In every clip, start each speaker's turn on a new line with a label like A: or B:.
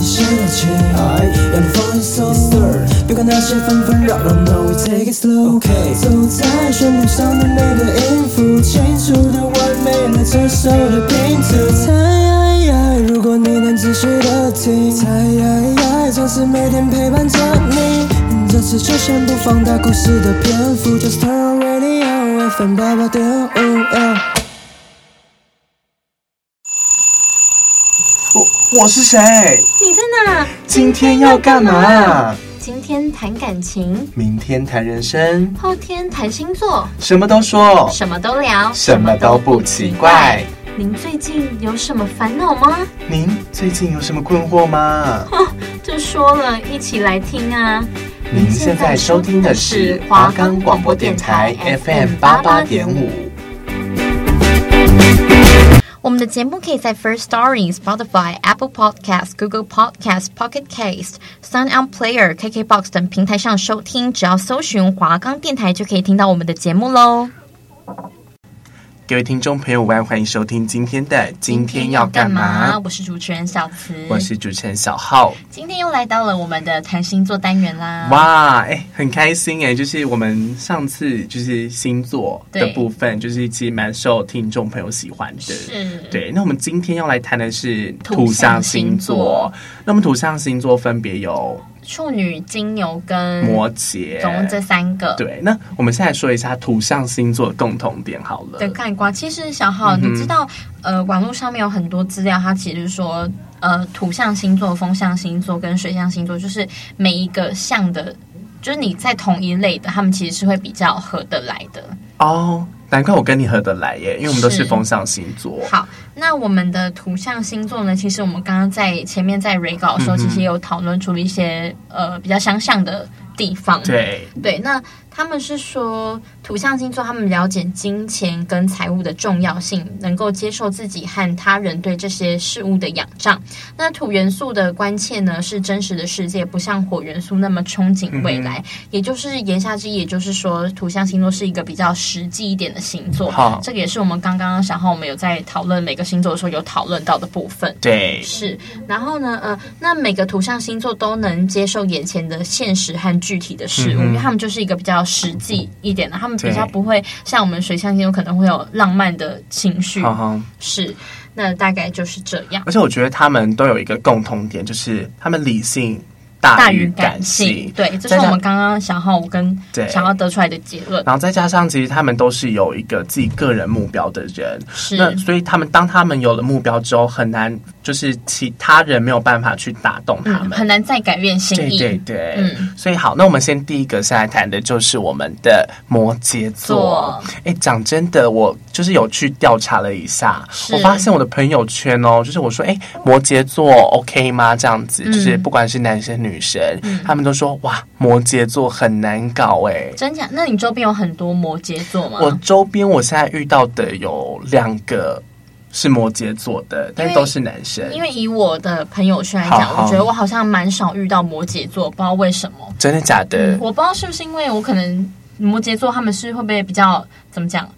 A: 情。阳光 falling so slow，别管那些纷纷扰扰，No we take it slow。走在旋律上的每个音符，清楚的完美了这首的拼图。猜，如果你能仔细的听，猜，总是每天陪伴着你。这次就先不放大故事的篇幅，Just turn on radio FM 八八点五。哦
B: 我我是谁？
C: 你在哪？
B: 今天要干嘛？
C: 今天谈感情，
B: 明天谈人生，
C: 后天谈星座，
B: 什么都说，
C: 什么都聊，
B: 什么都不奇怪。
C: 您最近有什么烦恼吗？
B: 您最近有什么困惑吗？
C: 这说了一起来听啊！
B: 您现在收听的是华冈广播电台 FM 八八点五。
C: 我们的节目可以在 First Story、Spotify、Apple Podcast、Google Podcast、Pocket Cast、Sound On Player、KKBox 等平台上收听，只要搜寻华冈电台就可以听到我们的节目喽。
B: 各位听众朋友，晚安，欢迎收听今天的《今天要干嘛》，
C: 我是主持人小慈，
B: 我是主持人小浩。
C: 今天又来到了我们的谈星座单元啦。
B: 哇，哎、很开心哎、就是我们上次就是星座的
C: 对
B: 部分，就是其实蛮受听众朋友喜欢的。
C: 是
B: 对。那我们今天要来谈的是
C: 土
B: 土
C: 象
B: 象
C: 星
B: 星
C: 座
B: 座。那么土象星座分别有
C: 处女、金牛跟
B: 摩羯，
C: 嗯总共这三个。
B: 对。那我们现在说一下土象星座的共同点好了。
C: 的概括，其实小
B: 嗯
C: 浩，你知道，呃，网络上面有很多资料，它其实说，呃，土象星座、风象星座跟水象星座，就是每一个象的，就是你在同一类的，他们其实是会比较合得来的。
B: 哦。难怪我跟你合得来耶，因为我们都
C: 是
B: 是风象星座。
C: 好，那我们的土象星座呢？其实我们刚刚在前面在 re 稿的时候，
B: 嗯哼
C: 其实也有讨论出一些呃比较相像的地方。
B: 对，
C: 对，那他们是说土象星座，他们了解金钱跟财务的重要性，能够接受自己和他人对这些事物的仰仗。那土元素的关切呢，是真实的世界，不像火元素那么憧憬未来。也就是言下之意，也就是说，土象星座是一个比较实际一点的星座。
B: 好
C: 这个也是我们刚刚小浩我们有在讨论每个星座的时候有讨论到的部分。
B: 对，
C: 是，然后呢，呃，那每个土象星座都能接受眼前的现实和具体的事物，
B: 嗯哼
C: 因为他们就是一个比较实际一点的，他们比
B: 对
C: 较不会像我们水象星座可能会有浪漫的情绪。
B: 好好。
C: 是，那大概就是这样。
B: 嗯而且我觉得他们都有一个共同点，就是他们理性大
C: 大
B: 于
C: 于感
B: 性
C: 性，，对，这是
B: 再加
C: 我们刚刚小浩我跟
B: 对
C: 小浩得出来的结论。
B: 然后再加上，其实他们都是有一个自己个人目标的人，
C: 是，
B: 那所以他们当他们有了目标之后，很难就是其他人没有办法去打动他
C: 嗯，
B: 们。
C: 很难再改变心
B: 对
C: 意。
B: 对对，
C: 嗯
B: 所以好，那我们先第一个先来谈的就是我们的摩羯座
C: 座。
B: 哎，讲真的，我就是有去调查了一下，
C: 是
B: 我发现我的朋友圈哦，就是我说，哎，摩羯座 OK 吗？这样子，就是
C: 嗯
B: 不管是男生女生，他们都说哇，摩羯座很难搞哎、
C: 真假？那你周边有很多摩羯座吗？
B: 我周边我现在遇到的有两个是摩羯座的，但都是男生。
C: 因为以我的朋友圈来讲，
B: 好好
C: 我觉得我好像蛮少遇到摩羯座，不知道为什么。
B: 真的假的？
C: 我不知道是不是因为我可能摩羯座他们是会不会比较怎么讲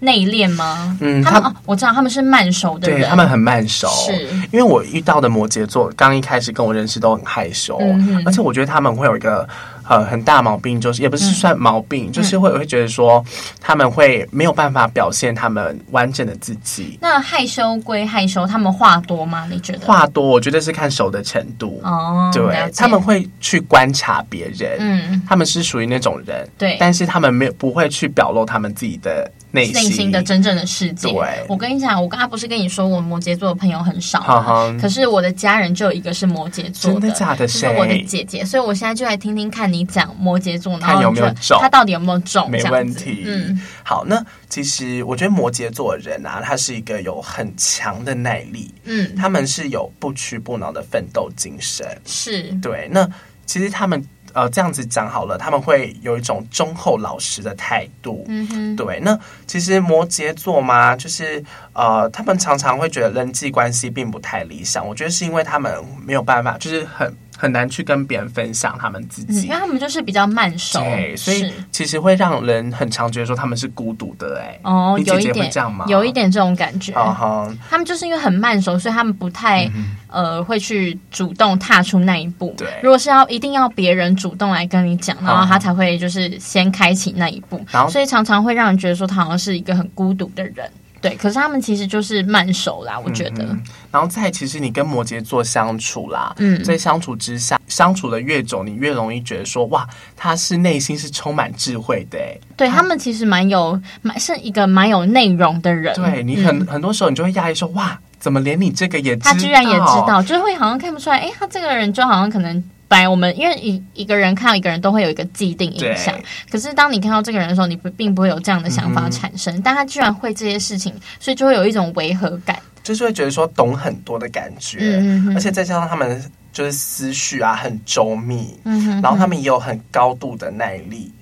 C: 内敛吗？
B: 嗯
C: 他们
B: 他
C: 哦，我知道他们是慢熟的人，
B: 对他们很慢熟，
C: 是
B: 因为我遇到的摩羯座刚一开始跟我认识都很害羞，
C: 嗯哼
B: 而且我觉得他们会有一个呃很大毛病，就是也不
C: 嗯
B: 是算毛病，就是会我会觉得说他们会没有办法表现他们完整的自己。
C: 那害羞归害羞，他们话多吗？你觉得？
B: 话多，我觉得是看熟的程度，
C: 哦，了
B: 对
C: 解
B: 他们会去观察别人，
C: 嗯
B: 他们是属于那种人，
C: 对
B: 但是他们没有不会去表露他们自己的内
C: 内心的真正的世界
B: 对。
C: 我跟你讲，我刚才不是跟你说我摩羯座的朋友很少
B: 哈
C: 吗？
B: 哈，
C: 可是我的家人就有一个是摩羯座
B: 真的假的？
C: 就是
B: 谁？
C: 我的姐姐，所以我现在就来听听看你讲摩羯座，然
B: 看
C: 后
B: 有
C: 你
B: 没有
C: 觉得
B: 中
C: 他到底有没有中？
B: 没
C: 这样
B: 问
C: 子
B: 题。
C: 嗯，
B: 好，那其实我觉得摩羯座的人啊，他是一个有很强的耐力，
C: 嗯，
B: 他们是有不屈不挠的奋斗精神。
C: 是
B: 对，那其实他们呃这样子讲好了，他们会有一种忠厚老实的态度。
C: 嗯哼，
B: 对，那其实摩羯座嘛，就是呃，他们常常会觉得人际关系并不太理想。我觉得是因为他们没有办法，就是很很难去跟别人分享他们自
C: 嗯，
B: 己
C: 因为。他们就是比较慢熟，
B: 对，所以
C: 是
B: 其实会让人很常觉得说他们是孤独的、哎，
C: 哦，
B: 你姐
C: 有一
B: 姐会
C: 点
B: 这样吗？
C: 有一，点这种感觉。
B: 哦好，
C: 他们就是因为很慢熟，所以他们不太、呃会去主动踏出那一步。
B: 对
C: 如果是要一定要别人主动来跟你讲，然后
B: 嗯
C: 他才会就是先开启那一步，
B: 然后
C: 所以常常会让人觉得说他好像是一个很孤独的人。对，可是他们其实就是慢熟啦，我觉得。
B: 嗯然后再其实你跟摩羯座相处啦，
C: 嗯
B: 在相处之下，相处的越久，你越容易觉得说，哇，他是内心是充满智慧的、哎
C: 对他们其实蛮有蛮是一个蛮有内容的人，嗯
B: 对你很、很多时候你就会讶异说，哇，怎么连你这个也知道？
C: 他居然也知道，就是会好像看不出来，哎，他这个人就好像可能。本来我们因为一一个人看到一个人都会有一个既定印象
B: 对，
C: 可是当你看到这个人的时候，你不并不会有这样的想法产生，但他居然会这些事情，所以就会有一种违和感。
B: 就是会觉得说懂很多的感觉，
C: 嗯嗯嗯
B: 而且再加上他们就是思绪啊很周密，
C: 嗯哼，
B: 然后他们也有很高度的耐力，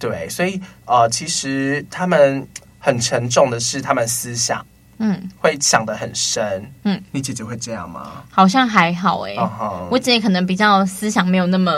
B: 对，所以呃，其实他们很沉重的是他们思想
C: 嗯，
B: 会想得很深，
C: 嗯，
B: 你姐姐会这样吗？
C: 好像还好哎、
B: 啊哈
C: 我姐可能比较思想没有那么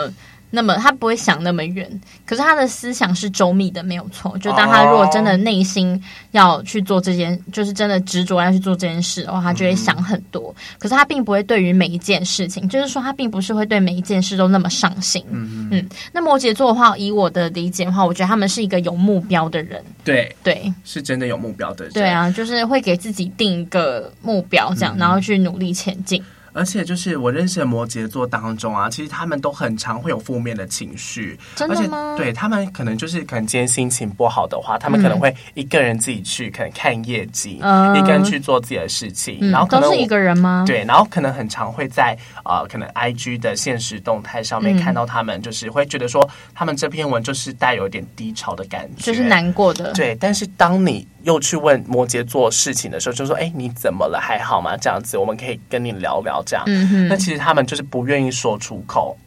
C: 那么，她不会想那么远，可是她的思想是周密的，没有错。就当她如果真的内心要去做这件，就是真的执着要去做这件事的哦话，她就会想很多。可是她并不会对于每一件事情，就是说她并不是会对每一件事都那么上心。嗯那摩羯座的话，以我的理解的话，我觉得他们是一个有目标的人，
B: 对，
C: 对
B: 是真的有目标的人，
C: 对啊，就是会给自己定一个目标，这
B: 嗯
C: 样，然后去努力前进。
B: 而且就是我认识的摩羯座当中啊，其实他们都很常会有负面的情绪，
C: 真
B: 而
C: 的
B: 且
C: 吗？
B: 对他们可能就是可能今天心情不好的话，他们可能会一个人自己去可能看夜景，
C: 嗯
B: 一个人去做自己的事情，
C: 嗯
B: 然后可能
C: 都
B: 我
C: 是一个人吗？
B: 对，然后可能很常会在呃，可能 I G 的现实动态上面
C: 嗯
B: 看到他们，就是会觉得说他们这篇文就是带有一点低潮的感觉，
C: 就是难过的。
B: 对，但是当你又去问摩羯座事情的时候，就说：“哎，你怎么了？还好吗？”这样子，我们可以跟你聊聊这样。
C: 嗯
B: 那
C: 哼，
B: 其实他们就是不愿意说出口，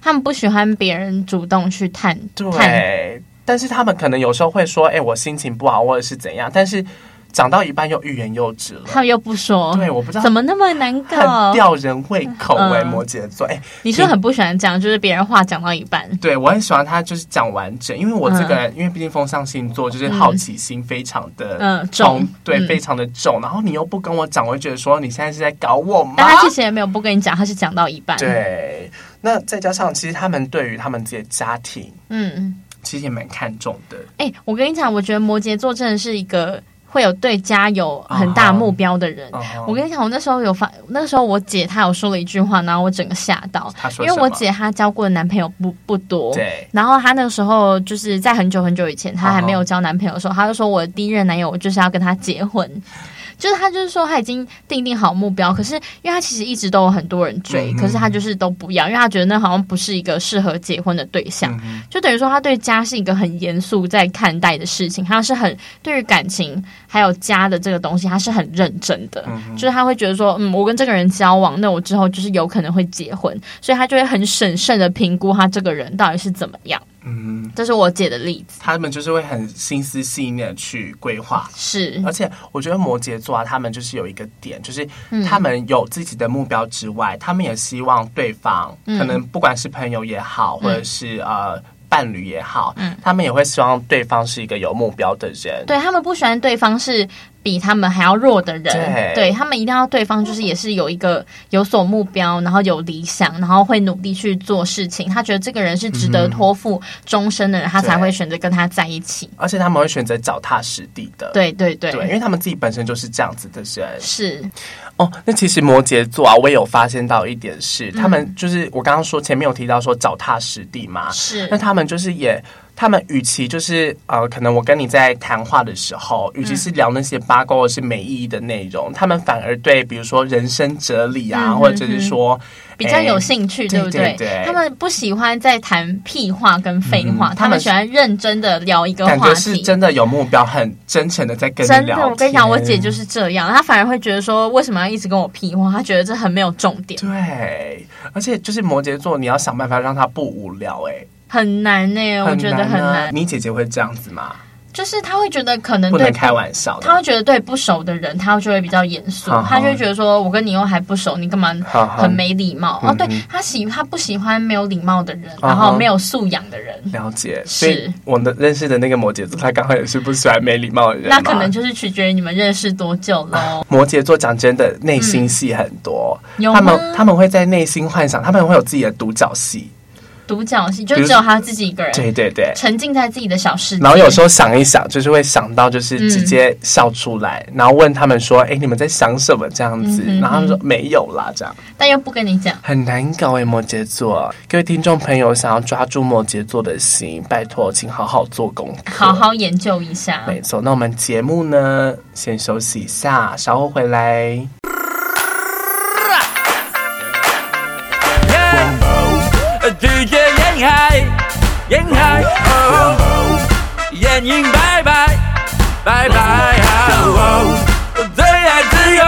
C: 他们不喜欢别人主动去探探，
B: 对。但是他们可能有时候会说：“哎，我心情不好，或者是怎样。”但是讲到一半又欲言又止了，
C: 他们又不说，
B: 对，我不知道
C: 哦怎么那么难
B: 很
C: 搞？
B: 吊人胃口哎、
C: 嗯
B: 摩羯座哎，
C: 你是不是很不喜欢这样，就是别人话讲到一半，
B: 对我很喜欢他就是讲完整，因为我这
C: 嗯
B: 个人，因为毕竟风象星座就是好奇心非常的
C: 嗯重
B: 对，
C: 嗯
B: 非常的重。然后你又不跟我讲，我会觉得说你现在是在搞我吗？
C: 但他哦其实也没有不跟你讲，他是讲到一半。，
B: 对，那再加上其实他们对于他们自己的家庭，
C: 嗯，
B: 其实也蛮看重的。
C: 哎、我跟你讲，我觉得摩羯座真的是一个会有对家有很大目标的人。
B: 嗯哼
C: 我跟你讲，我那时候有发，那时候我姐她有说了一句话，然后我整个吓到
B: 她，说
C: 因为
B: 什
C: 我
B: 么
C: 姐她交过的男朋友不不多，
B: 对
C: 然后她那个时候就是在很久很久以前，她还没有交男朋友的时候，她就说我的第一任男友我就是要跟他结婚， 就是她就是说她已经定定好目标，可是因为她其实一直都有很多人追，
B: 嗯哼
C: 可是她就是都不要，因为她觉得那好像不是一个适合结婚的对
B: 嗯
C: 象，就等于说她对家是一个很严肃在看待的事情，她是很对于感情还有家的这个东西，她是很认真的，就是她会觉得说，嗯，我跟这个人交往，那我之后就是有可能会结婚，所以她就会很审慎的评估她这个人到底是怎么样。
B: 嗯，
C: 这是我姐的例子，
B: 他们就是会很心思细腻的去规划。
C: 是
B: 而且我觉得摩羯座啊，他们就是有一个点，就是
C: 嗯
B: 他们有自己的目标之外，他们也希望对方，
C: 嗯
B: 可能不管是朋友也好，或者是呃伴侣也好，他们也会希望对方是一个有目标的人。
C: 嗯对他们不喜欢对方是比他们还要弱的人，
B: 对
C: 他们一定要对方就是也是有一个有所目标，然后有理想，然后会努力去做事情。他觉得这个人是值得托付终身的人，他才会选择跟他在一起。
B: 而且他们会选择脚踏实地的。
C: 对对对，
B: 对，因为他们自己本身就是这样子的人。
C: 是
B: 哦，那其实摩羯座啊，我也有发现到一点
C: 嗯
B: 是，他们就是我刚刚说前面有提到说脚踏实地嘛，
C: 是
B: 那，他们就是也，他们与其就是呃，可能我跟你在谈话的时候，与
C: 嗯
B: 其是聊那些八卦或是没意义的内容，他们反而对比如说人生哲理啊，
C: 嗯
B: 或者是说
C: 比较有
B: 哎
C: 兴趣，
B: 对
C: 不
B: 对对
C: 他们不喜欢在谈屁话跟废话，
B: 嗯
C: 他
B: 他们
C: 们喜欢认真的聊一个
B: 感
C: 话
B: 觉
C: 题。
B: 是真的有目标，很真诚的在跟
C: 真
B: 你聊
C: 的，
B: 天。
C: 我跟你讲，我姐就是这样，她反而会觉得说，为什么要一直跟我屁话？她觉得这很没有重点，
B: 对，而且就是摩羯座，你要想办法让他不无聊、哎。
C: 很难呢、我觉得很
B: 啊
C: 难。
B: 你姐姐会这样子吗？
C: 就是他会觉得可能
B: 不
C: 对
B: 能开玩笑的。
C: 他会觉得对不熟的人，他就会比较严肃
B: 好，好
C: 他就会觉得说我跟你又还不熟，你干嘛
B: 好好
C: 很没礼貌？
B: 嗯啊
C: 哦，对他喜他不喜欢没有礼貌的人，
B: 好
C: 然后没有素养的人，
B: 了解，
C: 是
B: 所以我的认识的那个摩羯座，他刚好也是不喜欢没礼貌的人嘛。啊
C: 那可能就是取决于你们认识多久喽。
B: 摩羯座讲真的，内心戏很多，
C: 嗯有吗
B: 他们他们会在内心幻想，他们会有自己的独角戏。
C: 独角戏就
B: 比如
C: 只有他自己一个人，
B: 对对对，
C: 沉浸在自己的小世界。
B: 然后有时候想一想，就是会想到就是直接笑出来，然后问他们说：“哎，你们在想什么？”这样子，
C: 嗯哼
B: 然后他们说：“没有啦。”这样
C: 但又不跟你讲，
B: 很难搞哎，摩羯座。各位听众朋友，想要抓住摩羯座的心，拜托，请好好做功课。
C: 好好研究一下。
B: 没错，那我们节目呢，先休息一下，稍后回来。
D: 对着人海，人海，哦，眼影拜拜，拜拜，哦，最爱自由。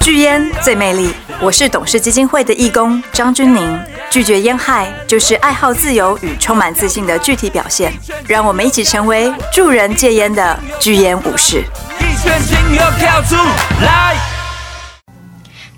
E: 拒烟最美丽，我是董事基金会的义工张君宁。拒绝烟害就是爱好自由与充满自信的具体表现。让我们一起成为助人戒烟的拒烟武士。
D: 一圈情又跳出来。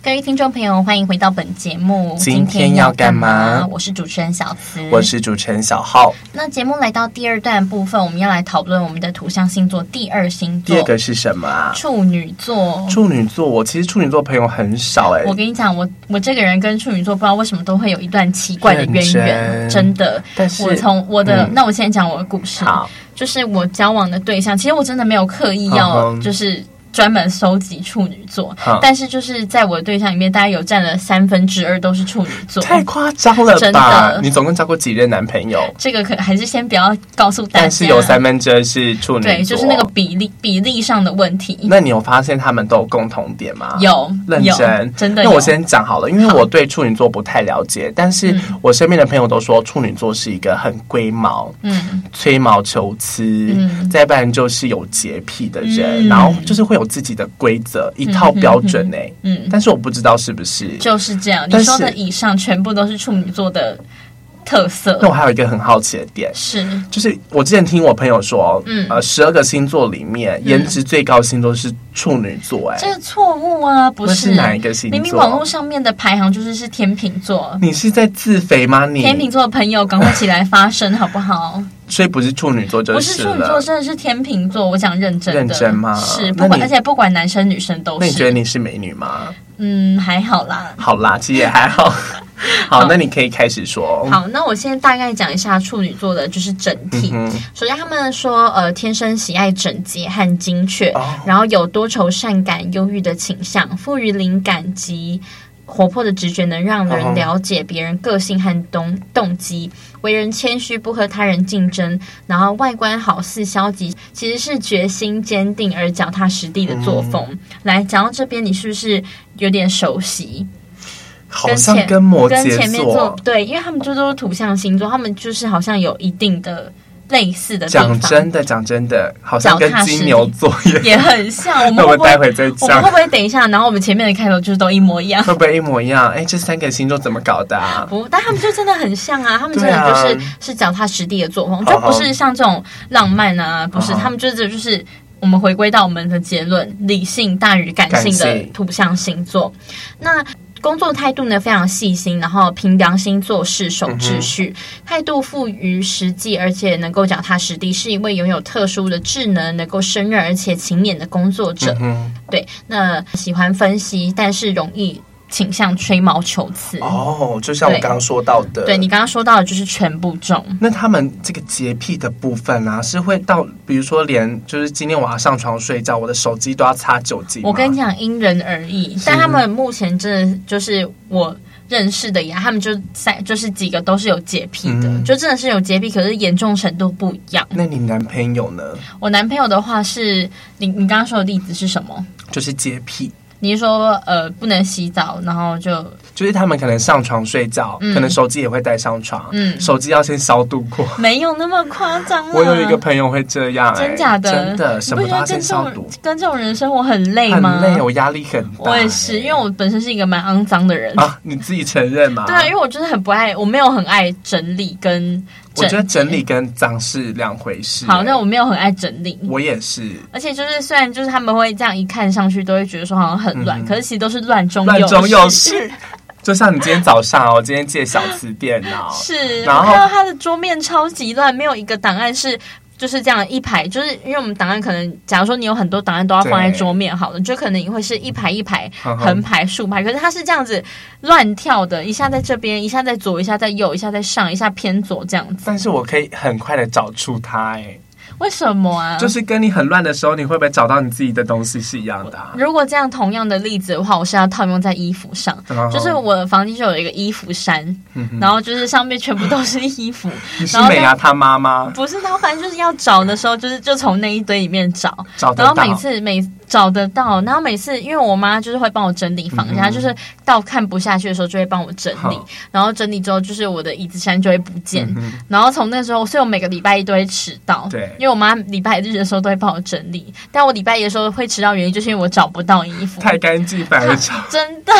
C: 各位听众朋友，欢迎回到本节目。
B: 今天要干嘛
C: 我是主持人小慈，
B: 我是主持人小浩，
C: 那节目来到第二段部分，我们要来讨论我们的土象星座第二星座，
B: 第二个是什么啊？
C: 处女座。
B: 处女座，我其实处女座朋友很少哎、
C: 我跟你讲，我我这个人跟处女座不知道为什么都会有一段奇怪的渊源，
B: 认真
C: 真的。
B: 但是
C: 我从我的、
B: 嗯
C: 那我先讲我的故事，
B: 好，
C: 就是我交往的对象，其实我真的没有刻意要
B: 嗯哼
C: 就是专门收集处女座，
B: 嗯
C: 但是就是在我的对象里面，大概有占了三分之二都是处女座。
B: 太夸张了
C: 真
B: 吧
C: 的？
B: 你总共交过几任男朋友？
C: 这个可还是先不要告诉大家，
B: 但是有三分之二是处女座，
C: 对，就是那个。比例比例上的问题。
B: 那你有发现他们都有共同点吗？
C: 有
B: 认
C: 有
B: 真，
C: 真的有
B: 那我先讲好了，因为我对处女座不太了解，但是我身边的朋友都说处女座是一个很龟毛，
C: 嗯，
B: 吹毛求疵，
C: 嗯
B: 再不然就是有洁癖的人，
C: 嗯
B: 然后就是会有自己的规则，一套标准呢、
C: 嗯
B: 但是我不知道是不是。
C: 就是这样。你
B: 但是
C: 说的以上全部都是处女座的特色
B: 那，我还有一个很好奇的点，
C: 是
B: 就是我之前听我朋友说，
C: 嗯
B: 呃，十二个星座里面颜值最高的星座是处女座、
C: 这
B: 哎，
C: 个错误啊，不
B: 那
C: 是
B: 是哪一个星座？
C: 明明网络上面的排行就是是天秤座，
B: 你是在自肥吗？你
C: 天秤座的朋友赶快起来发 声好不好？
B: 所以不是处女座就
C: 不是
B: 是
C: 处女座，
B: 了。
C: 真的是天秤座。我讲认真的，
B: 认真吗
C: 是
B: 那
C: 不管，
B: 你
C: 而且不管男生女生都
B: 那你觉得
C: 是。
B: 你是美女吗？
C: 嗯，还好啦。
B: 好啦，其实也还 好。好，
C: 好
B: 那你可以开始说。
C: 好，那我现在大概讲一下处女座的就是整体。
B: 嗯哼
C: 首先，他们说，呃，天生喜爱整洁和精确，
B: 哦
C: 然后有多愁善感、忧郁的倾向，富于灵感及活泼的直觉，能让
B: 哦
C: 人了解别人个性和动动机。为人谦虚，不和他人竞争，然后外观好似消极，其实是决心坚定而脚踏实地的作风。
B: 嗯
C: 来讲到这边，你是不是有点熟悉？
B: 好像跟摩羯座
C: 对，因为他们就都是土象星座，他们就是好像有一定的类似的地
B: 讲
C: 方，
B: 真的，讲真的，好像跟
C: 脚踏实地
B: 金牛座也。
C: 也 很像。我
B: 那
C: 们会
B: 我们
C: 不会
B: 待 会再
C: 我们
B: 讲
C: 会，不会等一下，然后我们前面的开头就是都一模一样？
B: 会不会一模一样？哎，这三个星座怎么搞的啊？
C: 不，但他们就真的很像啊，他们真
B: 对
C: 的
B: 啊
C: 就是、是脚踏实地的作风，
B: 好
C: 就
B: 好
C: 不是像这种浪漫啊，不是，
B: 好好
C: 他们就是就是。我们回归到我们的结论，理性大于感性
B: 感
C: 的
B: 性
C: 土象星座。那工作态度呢非常细心，然后凭良心做事，守
B: 嗯
C: 秩序，态度富于实际，而且能够脚踏实地，是一位拥有特殊的智能、能够胜任而且勤勉的工作者。
B: 嗯，
C: 对，那喜欢分析，但是容易倾向吹毛求疵。
B: 哦，就像我刚刚说到的，
C: 对你刚刚说到的就是全部中，
B: 那他们这个洁癖的部分啊，是会到，比如说连就是今天我要上床睡觉，我的手机都要擦酒精吗。
C: 我跟你讲因人而异，但他们目前真的就是我。认识的呀，他们就三，就是几个都是有洁癖的，
B: 嗯
C: 就真的是有洁癖，可是严重程度不一样。
B: 那你男朋友呢？
C: 我男朋友的话是，你你刚刚说的例子是什么？
B: 就是洁癖，
C: 你是说呃不能洗澡，然后就
B: 就是他们可能上床睡觉，
C: 嗯
B: 可能手机也会带上床，
C: 嗯
B: 手机要先消毒 过。
C: 没有那么夸张啦。
B: 我有一个朋友会这样、哎
C: 真假的，
B: 真的，
C: 你
B: 什
C: 不
B: 么
C: 觉
B: 都要
C: 得
B: 先
C: 跟这
B: 消
C: 种
B: 毒，
C: 跟这种人生活很累
B: 很
C: 吗？
B: 累，我压力很大、欸哎
C: 我也是，因为我本身是一个蛮肮脏的人。
B: 啊，你自己承认嘛？
C: 对啊，因为我就是很不爱，我没有很爱整理跟
B: 我觉得整理跟脏是两回事。欸
C: 好，那我没有很爱整理，
B: 我也是
C: 而且就是虽然就是他们会这样一看上去都会觉得说好像很乱，可是其实都是乱中
B: 嗯乱中
C: 有
B: 有事。就像你今天早上哦，今天借小词电 脑，
C: 是，
B: 然
C: 我
B: 后
C: 看到他的桌面超级乱，没有一个档案是。就是这样一排，就是因为我们档案可能，假如说你有很多档案都要放在
B: 对
C: 桌面好了，就可能你会是一排一排、
B: 嗯哼
C: 横排、竖排，可是它是这样子乱跳的，一下在这边，一下在左，一下在右，一下在上，一下偏左这样子。
B: 但是我可以很快的找出它、哎、
C: 为什么啊？
B: 就是跟你很乱的时候，你会不会找到你自己的东西是一样的、啊？
C: 如果这样同样的例子的话，我是要套用在衣服上
B: 然后，
C: 就是我的房间就有一个衣服山，
B: 嗯
C: 然后就是上面全部都是衣 服
B: 你，是
C: 然后
B: 美
C: 但
B: 牙他妈妈，
C: 不是，他反正就是要找的时候，就是就从那一堆里面找，
B: 找得
C: 然后
B: 哦到嗯
C: 每次每找得到，然后每次因为我妈就是会帮我整理房间，她、就是到看不下去的时候就会帮我整理
B: 好，嗯
C: 然后整理之后就是我的椅子山就会不见，然后从那时候，所以我每个礼拜一都会迟到，
B: 对
C: 因为我妈礼拜日的时候都会帮我整理，但我礼拜一的时候会迟到，原因就是因为我找不到衣服，
B: 太干净反而吵。
C: 真的。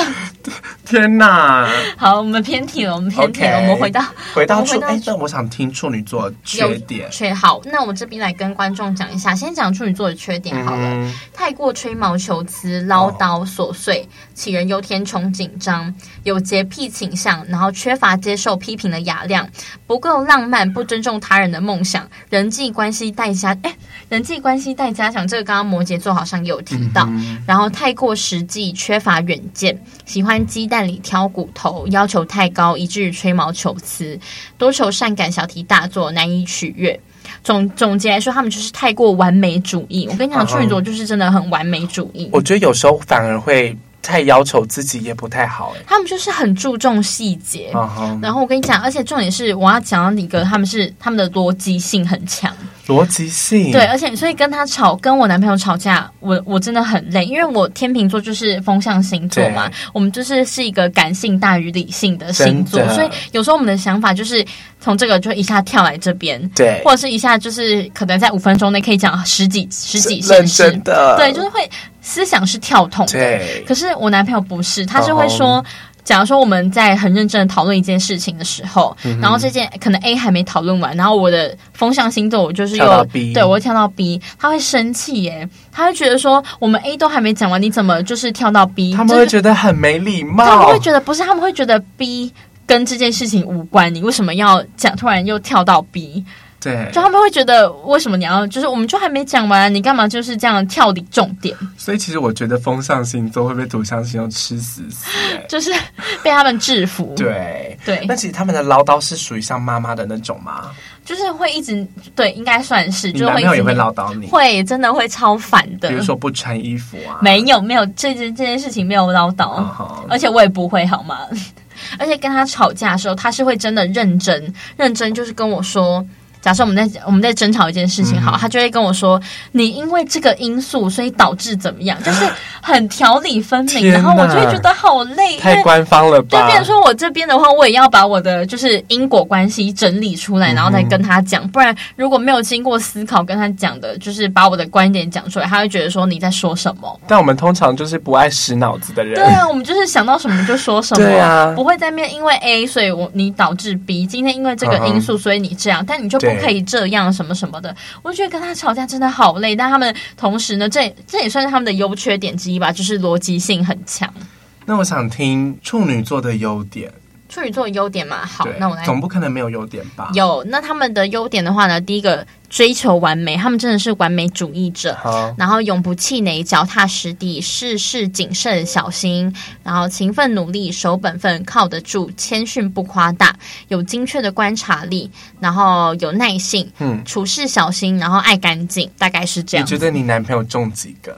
B: 天哪！
C: 好，我们偏题了，我们偏题
B: OK，
C: 了我们回到
B: 回到
C: 我们
B: 处，
C: 回到
B: 哎、
C: 处
B: 那我想听处女座的
C: 有
B: 缺点。
C: 缺好，那我这边来跟观众讲一下，先讲处女座的缺点好了。
B: 嗯，
C: 太过吹毛求疵、唠叨、琐碎，杞人忧天、穷紧张，有洁癖倾向，然后缺乏接受批评的雅量，不够浪漫，不尊重他人的梦想，人际关系待加哎，人际关系待加强，这个刚刚摩羯座好像有提到。
B: 嗯
C: 然后太过实际，缺乏远见，喜欢鸡蛋里挑骨头，要求太高，以至于吹毛求疵，多愁善感，小题大做，难以取悦。总总结来说，他们就是太过完美主义。我跟你讲，
B: 嗯
C: 处女座就是真的很完美主义，
B: 我觉得有时候反而会太要求自己，也不太好、哎。
C: 他们就是很注重细节。
B: 嗯哼，
C: 然后我跟你讲，而且重点是，我要讲到一个，他们是他们的逻辑性很强，
B: 逻辑性
C: 对，而且所以跟他吵，跟我男朋友吵架，我我真的很累，因为我天秤座就是风象星座嘛
B: 对，
C: 我们就是是一个感性大于理性的星座
B: 真，的
C: 所以有时候我们的想法就是从这个就一下跳来这边，
B: 对
C: 或者是一下就是可能在五分钟内可以讲十几十几
B: 认
C: 件事
B: 真，的，
C: 对，就是会思想是跳动的。
B: 对
C: 可是我男朋友不是，他
B: 哦
C: 是会说。假如说我们在很认真的讨论一件事情的时候，
B: 嗯
C: 然后这件可能 A 还没讨论完，然后我的风象星座我就是
B: 跳到
C: 又
B: B
C: 对我会跳到 B，他会生气耶，他会觉得说我们 A 都还没讲完，你怎么就是跳到 B？
B: 他们会
C: 就是
B: 觉得很没礼
C: 他们
B: 貌
C: 会。觉得不是，他们会觉得 B 跟这件事情无关，你为什么要讲突然又跳到 B？
B: 对
C: 就，他们会觉得为什么你要就是我们就还没讲完，你干嘛就是这样跳离重点？
B: 所以其实我觉得风象星座会被土象星座吃死死、哎
C: 就是被他们制服。
B: 对。
C: 对
B: 那，其实他们的唠叨是属于像妈妈的那种吗？
C: 就是会一直对，应该算是，
B: 你
C: 就是
B: 男
C: 会
B: 朋
C: 一直
B: 友也会唠叨你，
C: 会真的会超烦的
B: 比。如说不穿衣服啊，
C: 没有没有，这件这件事情没有唠叨，
B: 嗯好
C: 而且我也不会好吗？ 而且跟他吵架的时候，他是会真的认真，认真就是跟我说。假设我们在我们在争吵一件事
B: 嗯
C: 情，好，他就会跟我说，你因为这个因素，所以导致怎么样，就是很条理分明。
B: 天哪
C: 然后我就会觉得好累，因
B: 太
C: 为
B: 官方了
C: 对，
B: 吧？
C: 变成说我这边的话，我也要把我的就是因果关系整理出
B: 嗯
C: 来，然后再跟他讲，不然如果没有经过思考跟他讲的，就是把我的观点讲出来，他会觉得说你在说什么。
B: 但我们通常就是不爱使脑子的人。
C: 对啊，我们就是想到什么就说什么，
B: 对啊
C: 不会在面因为 A，所以我你导致 B，今天因为这个因素，所以你这样，但你就不
B: 嗯对
C: 可以这样什么什么的。我就觉得跟他吵架真的好累，但他们同时呢，这这也算是他们的优缺点之一吧，就是逻辑性很强。
B: 那我想听处女座的优点。
C: 处女座的优点嘛，好
B: 对，，
C: 那我来
B: 总不可能没有优点吧？
C: 有，那他们的优点的话呢，第一个追求完美，他们真的是完美主义者。
B: 好，
C: 然后永不气馁，脚踏实地，事事谨慎小心，然后勤奋努力，守本分，靠得住，谦逊不夸大，有精确的观察力，然后有耐性，
B: 嗯
C: 处事小心，然后爱干净，大概是这
B: 你
C: 样。
B: 觉得你男朋友中几个？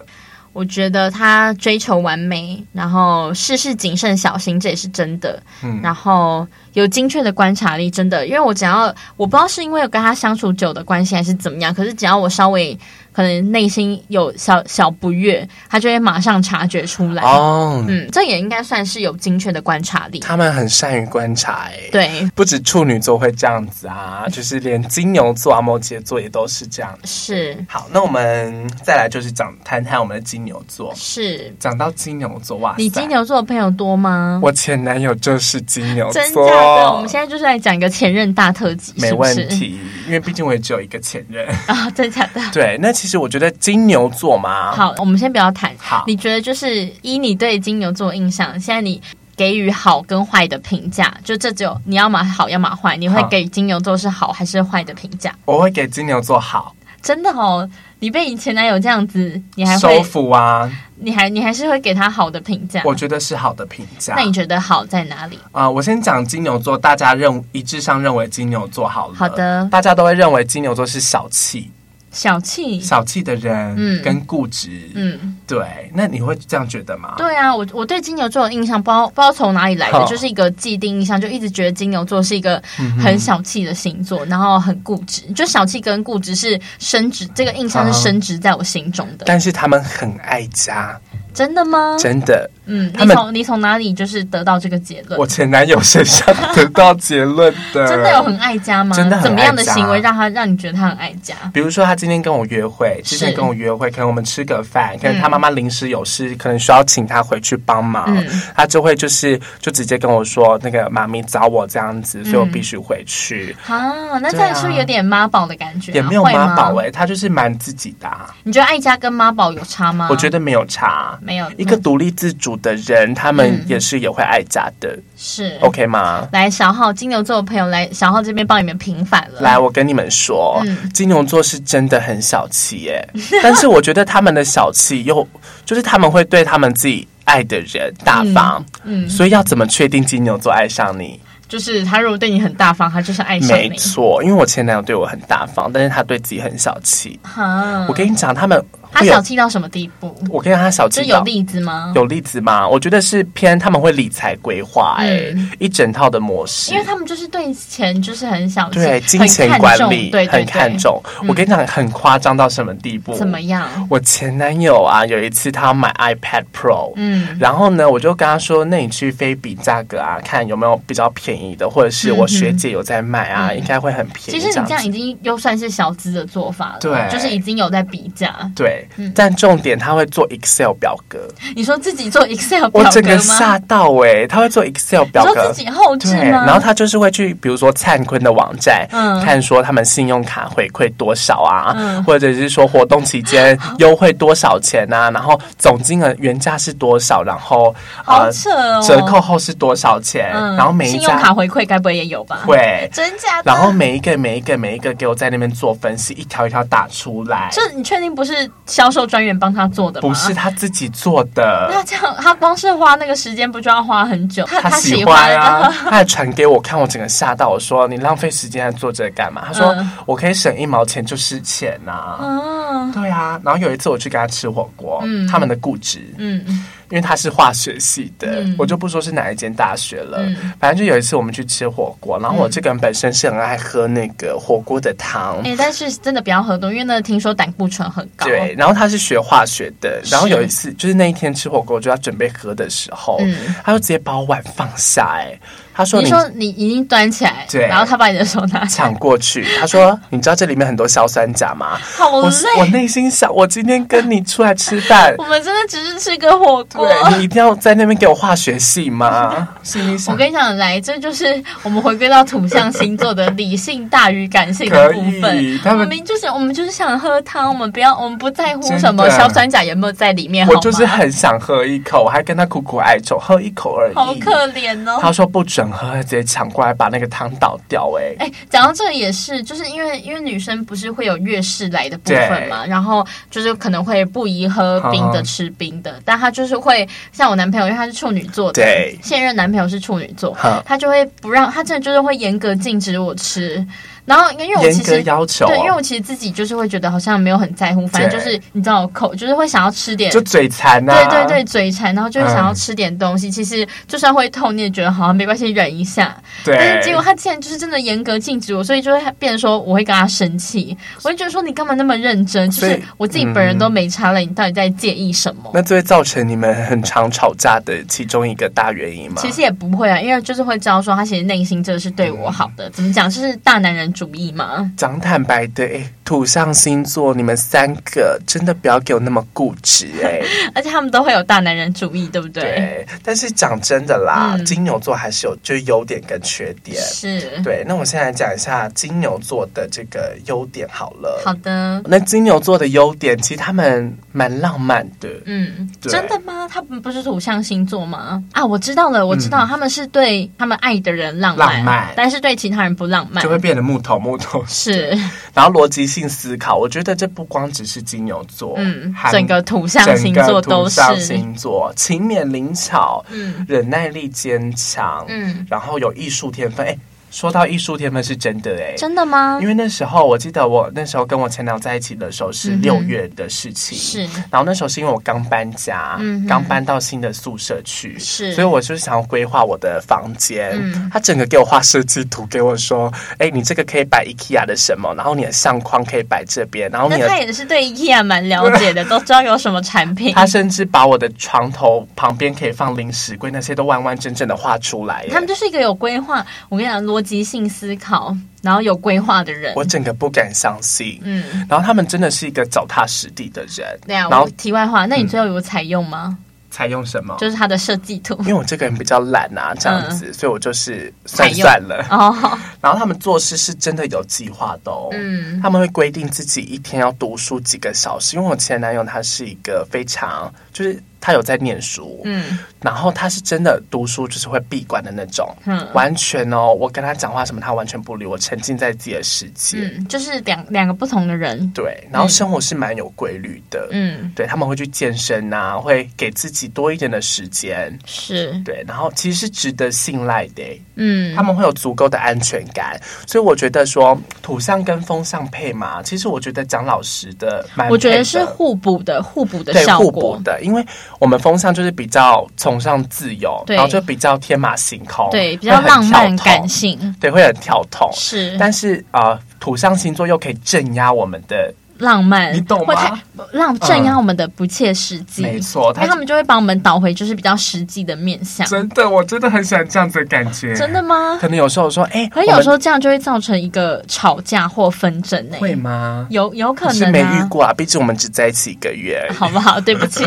C: 我觉得他追求完美，然后事事谨慎小心，这也是真的。
B: 嗯
C: 然后有精确的观察力，真的，因为我只要我不知道是因为有跟他相处久的关系还是怎么样，可是只要我稍微可能内心有小小不悦，他就会马上察觉出来。
B: 哦，
C: 嗯，这也应该算是有精确的观察力。
B: 他们很善于观察、哎，
C: 对，
B: 不止处女座会这样子 啊，就是连金牛座啊、摩羯座也都是这样。
C: 是
B: 好，那我们再来就是讲谈谈我们的金牛座。
C: 是。
B: 讲到金牛座，哇塞，
C: 你金牛座的朋友多吗？
B: 我前男友就是金牛
C: 真
B: 座，
C: 假对，我
B: 错
C: 们，现在就是来讲一个前任大特辑，
B: 没
C: 是不
B: 问
C: 是
B: 题，因为毕竟我也只有一个前任。
C: 啊，真假的。
B: 对，那其实我觉得金牛座嘛，
C: 好，我们先不要谈。
B: 好
C: 你觉得就是依你对金牛座的印象，现在你给予好跟坏的评价，就这只有你要么好，要么坏，你会
B: 好
C: 给金牛座是好还是坏的评价？
B: 我会给金牛座好
C: 真的哦，你被你前男友这样子，你还
B: 收
C: 会，
B: 服啊，
C: 你还你还是会给他好的评价？
B: 我觉得啊是好的评价。
C: 那你觉得好在哪里？
B: 啊、我先讲金牛座，大家认一致上认为金牛座好了。
C: 好的
B: 大家都会认为金牛座是小气，
C: 小气。
B: 小气的人，
C: 嗯
B: 跟固执，
C: 嗯，
B: 对。那你会这样觉得吗？
C: 对啊，我我对金牛座的印象，不知道不知道从哪里来的，
B: 好嗯
C: 就是一个既定印象，就一直觉得金牛座是一个很小气的星座，然后很固执，就小气跟固执是升值，这个印象是
B: 好
C: 升值在我心中的。
B: 啊但是他们很爱家，
C: 真的吗？
B: 真的。
C: 嗯，
B: 他
C: 你
B: 们
C: 从你从哪里就是得到这个结论
B: 我？前男友身上得到结论的，
C: 真的有很爱家吗？
B: 真的很
C: 怎
B: 爱家
C: 么样的行为让他让你觉得他很爱家？
B: 比如说，他今天跟我约会，之前
C: 是嗯
B: 跟我约会，可能我们吃个饭，可能他妈妈临时有事，可能需要请他回去帮忙，
C: 嗯
B: 他就会就是就直接跟我说，那个妈咪找我这样
C: 嗯
B: 子，所以我必须回去。
C: 啊，那这样是不是有点妈宝的感觉啊、
B: 也没有
C: 会
B: 妈宝
C: 吗
B: 哎、他就是蛮自己的啊、
C: 你觉得爱家跟妈宝有差吗？
B: 我觉得没有差。
C: 啊没有，
B: 一个
C: 嗯
B: 独立自主的人，他们
C: 嗯
B: 也是也会爱家的、
C: 是
B: o k 吗？
C: 来，小浩金牛座的朋友来，小浩这边帮你们平反了。
B: 来，，我跟你们说，
C: 嗯
B: 金牛座是真的很小气耶， 但是我觉得他们的小气又就是他们会对他们自己爱的人大方，
C: 嗯，
B: 所以要怎么确定金牛座爱上你？
C: 就是他如果对你很大方，他就是爱上
B: 没
C: 你。
B: 错，因为我前男友对我很大方，但是他对自己很小气。
C: 哈，
B: 我跟你讲，他们
C: 嗯他
B: 会有
C: 小，气到什么地步？
B: 我跟你讲他小
C: 这
B: 气
C: 有
B: 到。
C: 例子吗？
B: 有例子吗？我觉得是偏他们会理财规划，哎、
C: 嗯
B: 一整套的模式，
C: 因为他们就是对钱就是很小气，
B: 对
C: 很
B: 金钱
C: 看
B: 管
C: 重
B: 理
C: 对对
B: 很看
C: 对嗯
B: 重。我跟你讲，很夸张到什么地步？
C: 怎么样？
B: 我前男友啊，有一次他买 iPad Pro，
C: 嗯
B: 然后呢，我就跟他说，那你去非比价格啊，看有没有比较便宜的，或者是我学姐有在卖啊，应该会很便
C: 嗯其
B: 宜。
C: 实你这样
B: 子
C: 已经又算是小资的做法了，
B: 对
C: 就是已经有在比价。
B: 对，
C: 嗯
B: 但重点他会做 Excel 表格，
C: 你说自己做 Excel
B: 我
C: 表
B: 整
C: 格
B: 个
C: 吗
B: 吓？到哎、他会做 Excel
C: 你
B: 表
C: 说
B: 格
C: 自。己后置
B: 对，
C: 吗？
B: 然后他就是会去，比如说灿坤的网站，
C: 嗯
B: 看说他们信用卡回馈多少啊，
C: 嗯
B: 或者是说活动期间优惠多少钱啊，然后总金额原价是多少，然后呃
C: 好扯哦，嗯
B: 折扣后是多少钱，然后每一
C: 信用卡
B: 家
C: 回馈该不会也有吧？
B: 会，
C: 真假的？
B: 然后每一个每一个每一个给我在那边做分析，一条一条打出来，
C: 这你确定不是销售专员帮他做的吗？
B: 不是他自己做
C: 那
B: 的。
C: 这样，他光是花那个时间，不就要花很久？他他
B: 喜
C: 喜
B: 欢
C: 欢
B: 啊，他还传给我看，我整个吓到。我说你浪费时间在做这个干嘛？他说、
C: 嗯
B: 我可以省一毛钱就是钱呐、
C: 嗯
B: 对啊，然后有一次我去跟他吃火锅，
C: 嗯
B: 他们的固执，
C: 嗯，
B: 因为他是化学系的，
C: 嗯
B: 我就不说是哪一间大学了。
C: 嗯
B: 反正就有一次我们去吃火锅，然后我这个人本身是很爱喝那个火锅的汤，
C: 哎、但是真的不要喝多，因为那听说胆固醇很高。
B: 对。然后他是学化学的，然后有一次就是那一天吃火锅，我就要准备喝的时候，
C: 嗯
B: 他就直接把我碗放下、哎，他说
C: 你
B: 你
C: 说你已经端起来，
B: 对
C: 然后他把你的手拿起来，
B: 抢过 去，他说你知道这里面很多硝酸钾吗？
C: 好
B: 我
C: 累。
B: 我内心想，我今天跟你出来吃 饭
C: 我。们真的只是吃个火锅。
B: 对你一定要在那边给我化学系吗？ 心里
C: 我
B: 想，
C: 跟你讲，来，这就是我们回归到土象星座的理性大于感性的
B: 可
C: 部
B: 以
C: 分。
B: 他们
C: 我们就是我们就是想喝汤，我们不要我们不在乎
B: 真的
C: 什么硝酸钾有没有在里面，好
B: 我
C: 吗？
B: 就是很想喝一口，我还跟他苦苦哀求，喝一口而已。
C: 好可怜哦。
B: 他说不准喝，直接抢过来把那个汤倒掉、哎、
C: 哎，讲到这个也是，就是因为因为女生不是会有月事来的部分嘛，然后就是可能会不宜喝冰的、
B: 嗯
C: 吃冰的，但她就是会像我男朋友，因为他是处女座的
B: 对，
C: 现任男朋友是处女座
B: 嗯，
C: 他就会不让他真的就是会严格禁止我吃，然后因为我其
B: 严格
C: 实。
B: 要求，哦
C: 对，因为我其实自己就是会觉得好像没有很在乎，反正就是你知道，我口就是会想要吃点
B: 就嘴馋啊呐、
C: 对对对，嘴馋，然后就会想要
B: 嗯
C: 吃点东西。其实就算会痛，你也觉得好像没关系，忍一下。但
B: 对
C: 是结果他竟然就是真的严格禁止我，所以就会变成说我会跟他生气，我会觉得说你干嘛那么认真？就
B: 所以
C: 是我自己本人都没差了，你到底在介意什么？
B: 那这会造成你们很常吵架的其中一个大原因吗？
C: 其实也不会啊，因为就是会知道说他其实内心这是对我好的，怎么讲就是大男人主义嘛。
B: 讲坦白的，哎，土象星座你们三个真的不要给我那么固执哎、对
C: 而且他们都会有大男人主义，对不 对？
B: 对，但是讲真的啦，
C: 嗯
B: 金牛座还是有就是优点跟缺点。
C: 是，
B: 对，那我现在讲一下金牛座的这个优点好了。
C: 好的，
B: 那金牛座的优点，其实他们蛮浪漫的。
C: 嗯，
B: 对
C: 真的吗？他们不是土象星座吗？啊，我知道了，我知道，他们是对他们爱的人浪漫，
B: 嗯浪漫
C: 但是对其他人不浪漫
B: 就，会变得木头木头，
C: 是，
B: 然后逻辑性思考，我觉得这不光只是金牛座，
C: 嗯
B: 还，
C: 整个土象星
B: 整
C: 座
B: 个
C: 都
B: 土
C: 是，
B: 象星座，勤勉灵巧，
C: 嗯
B: 忍耐力坚强，
C: 嗯，
B: 然后有艺术天分。哎，说到艺术天分是真的哎，
C: 真的吗
B: 因？为那时候我记得我那时候跟我前男友在一起的时候是
C: 嗯哼
B: 六月的事情，
C: 是
B: 然后那时候是因为我刚搬家，
C: 嗯哼
B: 刚搬到新的宿舍去，
C: 是
B: 所以我就是想要规划我的房间。
C: 嗯
B: 他整个给我画设计图，给我说：“哎、你这个可以摆 IKEA 的什么，然后你的相框可以摆这边，然后
C: 那
B: 你
C: 他
B: 的……”
C: 也是对 IKEA 蛮了解的，都知道有什么产品。
B: 他甚至把我的床头旁边可以放零食柜那些都完完整整的画出来耶。
C: 他们就是一个有规划，我跟你讲，逻辑性思考，然后有规划的人。
B: 我整个不敢相信。
C: 嗯，
B: 然后他们真的是一个脚踏实地的人。
C: 对啊。
B: 然后嗯
C: 我题外话，那你最后有采用吗？
B: 采用什么？
C: 就是他的设计图
B: 因。为我这个人比较懒啊，这样子，所以我就是算
C: 采用
B: 算了。
C: 哦，
B: 然后他们做事是真的有计划的哦。
C: 嗯
B: 他们会规定自己一天要读书几个小时，因为我前男友他是一个非常就是他有在念书，
C: 嗯，
B: 然后他是真的读书就是会闭关的那种，
C: 嗯
B: 完全哦，我跟他讲话什么他完全不理我，沉浸在自己的世界。
C: 嗯，就是两两个不同的人。
B: 对，然后生活是蛮有规律的，
C: 嗯，
B: 对他们会去健身啊，会给自己多一点的时间。
C: 是，
B: 对，然后其实是值得信赖的欸、
C: 嗯
B: 他，们会有足够的安全感，所以我觉得说土象跟风象配嘛，其实我觉得蒋老师的蛮
C: 我觉
B: 配
C: 得
B: 的
C: 是互补的，互补的
B: 对
C: 效
B: 互补
C: 果。
B: 的，因为我们风象就是比较崇尚自由，
C: 对
B: 然后就比较天马行空，
C: 对，比较
B: 会哦很
C: 浪漫
B: 跳脱
C: 感，性，
B: 对，会很跳脱。
C: 是
B: 但是呃，土象星座又可以镇压我们的，
C: 浪漫，
B: 你懂
C: 会太
B: 吗？嗯
C: 让镇压我们的不切实际。
B: 没错，
C: 那他们就会把我们导回就是比较实际的面向。
B: 真的，我真的很喜欢这样子的感觉。
C: 真，的吗？
B: 可能有时候说，哎、
C: 可是
B: 我
C: 有
B: 们
C: 时候这样就会造成一个吵架或纷争呢、
B: 会吗？
C: 有有可
B: 是
C: 能、
B: 没遇
C: 啊。
B: 过啊，毕竟我们只在一起一个月而已。
C: 好不好？ 对不起，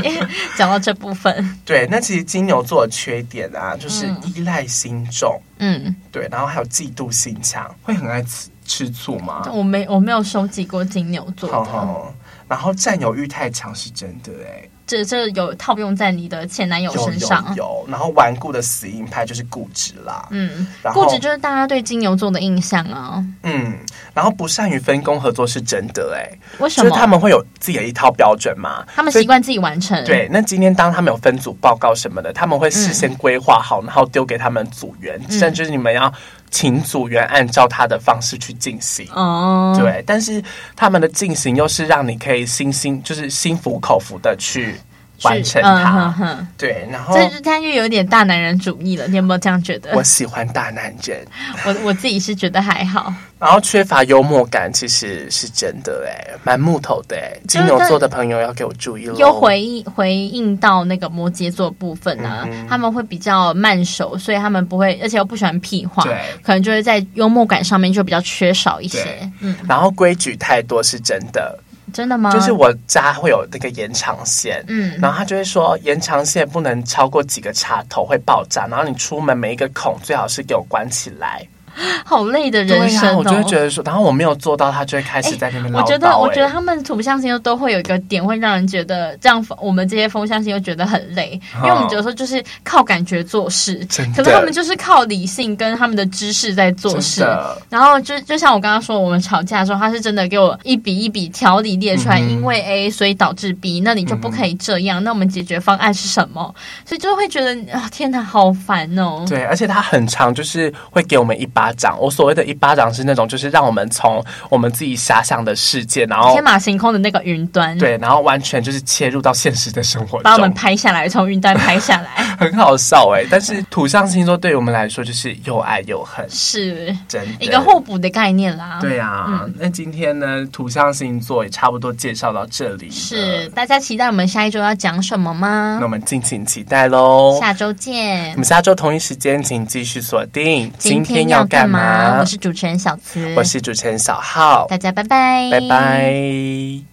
C: 讲到这部分，
B: 对，那其实金牛座的缺点啊，就是
C: 嗯
B: 依赖心重，
C: 嗯，
B: 对，然后还有嫉妒心强，会很爱吃吃醋吗？
C: 我没我没有收集过金牛座
B: 好
C: 的，
B: 好，然后占有欲太强是真的哎、
C: 这这有套用在你的前男友
B: 有
C: 身
B: 有
C: 上。
B: 有，然后顽固的死硬派就是固执啦，
C: 嗯，
B: 然后
C: 固执就是大家对金牛座的印象啊。
B: 嗯，然后不善于分工合作是真的哎、
C: 为
B: 就
C: 什
B: 是
C: 么？
B: 他们会有自己的一套标准嘛，
C: 他们
B: 所以
C: 习惯自己完成。
B: 对，那今天当他们有分组报告什么的，他们会
C: 嗯
B: 事先规划好，然后丢给他们组员，甚至你们要请组员按照他的方式去进行。
C: 哦，，
B: 对，但是他们的进行又是让你可以心心就是心服口服的去完成它。
C: 嗯哼哼，
B: 对，然后
C: 这就他就有点大男人主义了。你有没有这样觉得？
B: 哦我喜欢大男人，
C: 我我自己是觉得还好。
B: 然后缺乏幽默感，其实是真的哎、蛮木头的哎、金牛座的朋友要给我注意喽。
C: 又回应回应到那个摩羯座部分啊，
B: 嗯
C: 他们会比较慢熟，所以他们不会，而且又不喜欢屁话
B: 对，
C: 可能就会在幽默感上面就比较缺少一些
B: 对。
C: 嗯，
B: 然后规矩太多是真的，
C: 真的吗？
B: 就是我家会有那个延长线，
C: 嗯
B: 然后他就会说延长线不能超过几个插头会爆炸，然后你出门每一个孔最好是给我关起来。
C: 好累的人
B: 对
C: 生
B: 呀、
C: 哦。
B: 我就会觉得说，然后我没有做到，他就会开始在那边唠
C: 我
B: 叨、
C: 觉得，我
B: 哎
C: 觉得他们土象星座都会有一个点，会让人觉得这样，我们这些风象星座觉得很累，因为我们有时候就是靠感觉做事
B: 真，的
C: 可是他们就是靠理性跟他们的知识在做事
B: 真的。
C: 然后就就像我刚刚说，我们吵架的时候，他是真的给我一笔一笔条理列出来，
B: 嗯
C: 因为 A 所以导致 B，那你就不可以这样，那我们解决方案是什么？所以就会觉得啊，天哪，好烦哦。
B: 对，欸而且他很长，就是会给我们一巴掌。我所谓的一巴掌是那种，就是让我们从我们自己遐想的世界，然后
C: 天马行空的那个云端，
B: 对，然后完全就是切入到现实的生活
C: 把我们
B: 中，
C: 拍下来，从云端拍下来。
B: 很好笑哎、但是土象星座对于我们来说，就是又爱又恨，
C: 是
B: 真的
C: 一个互补的概念啦。
B: 对啊，
C: 嗯
B: 那今天呢，土象星座也差不多介绍到这里了，
C: 是大家期待我们下一周要讲什么吗
B: 那？我们敬请期待喽。
C: 下周
B: 我
C: 见。
B: 们下周同一时间，请继续锁定。
C: 天要我是主持人小慈，
B: 我是主持人小浩
C: 大，家拜拜，
B: 拜拜。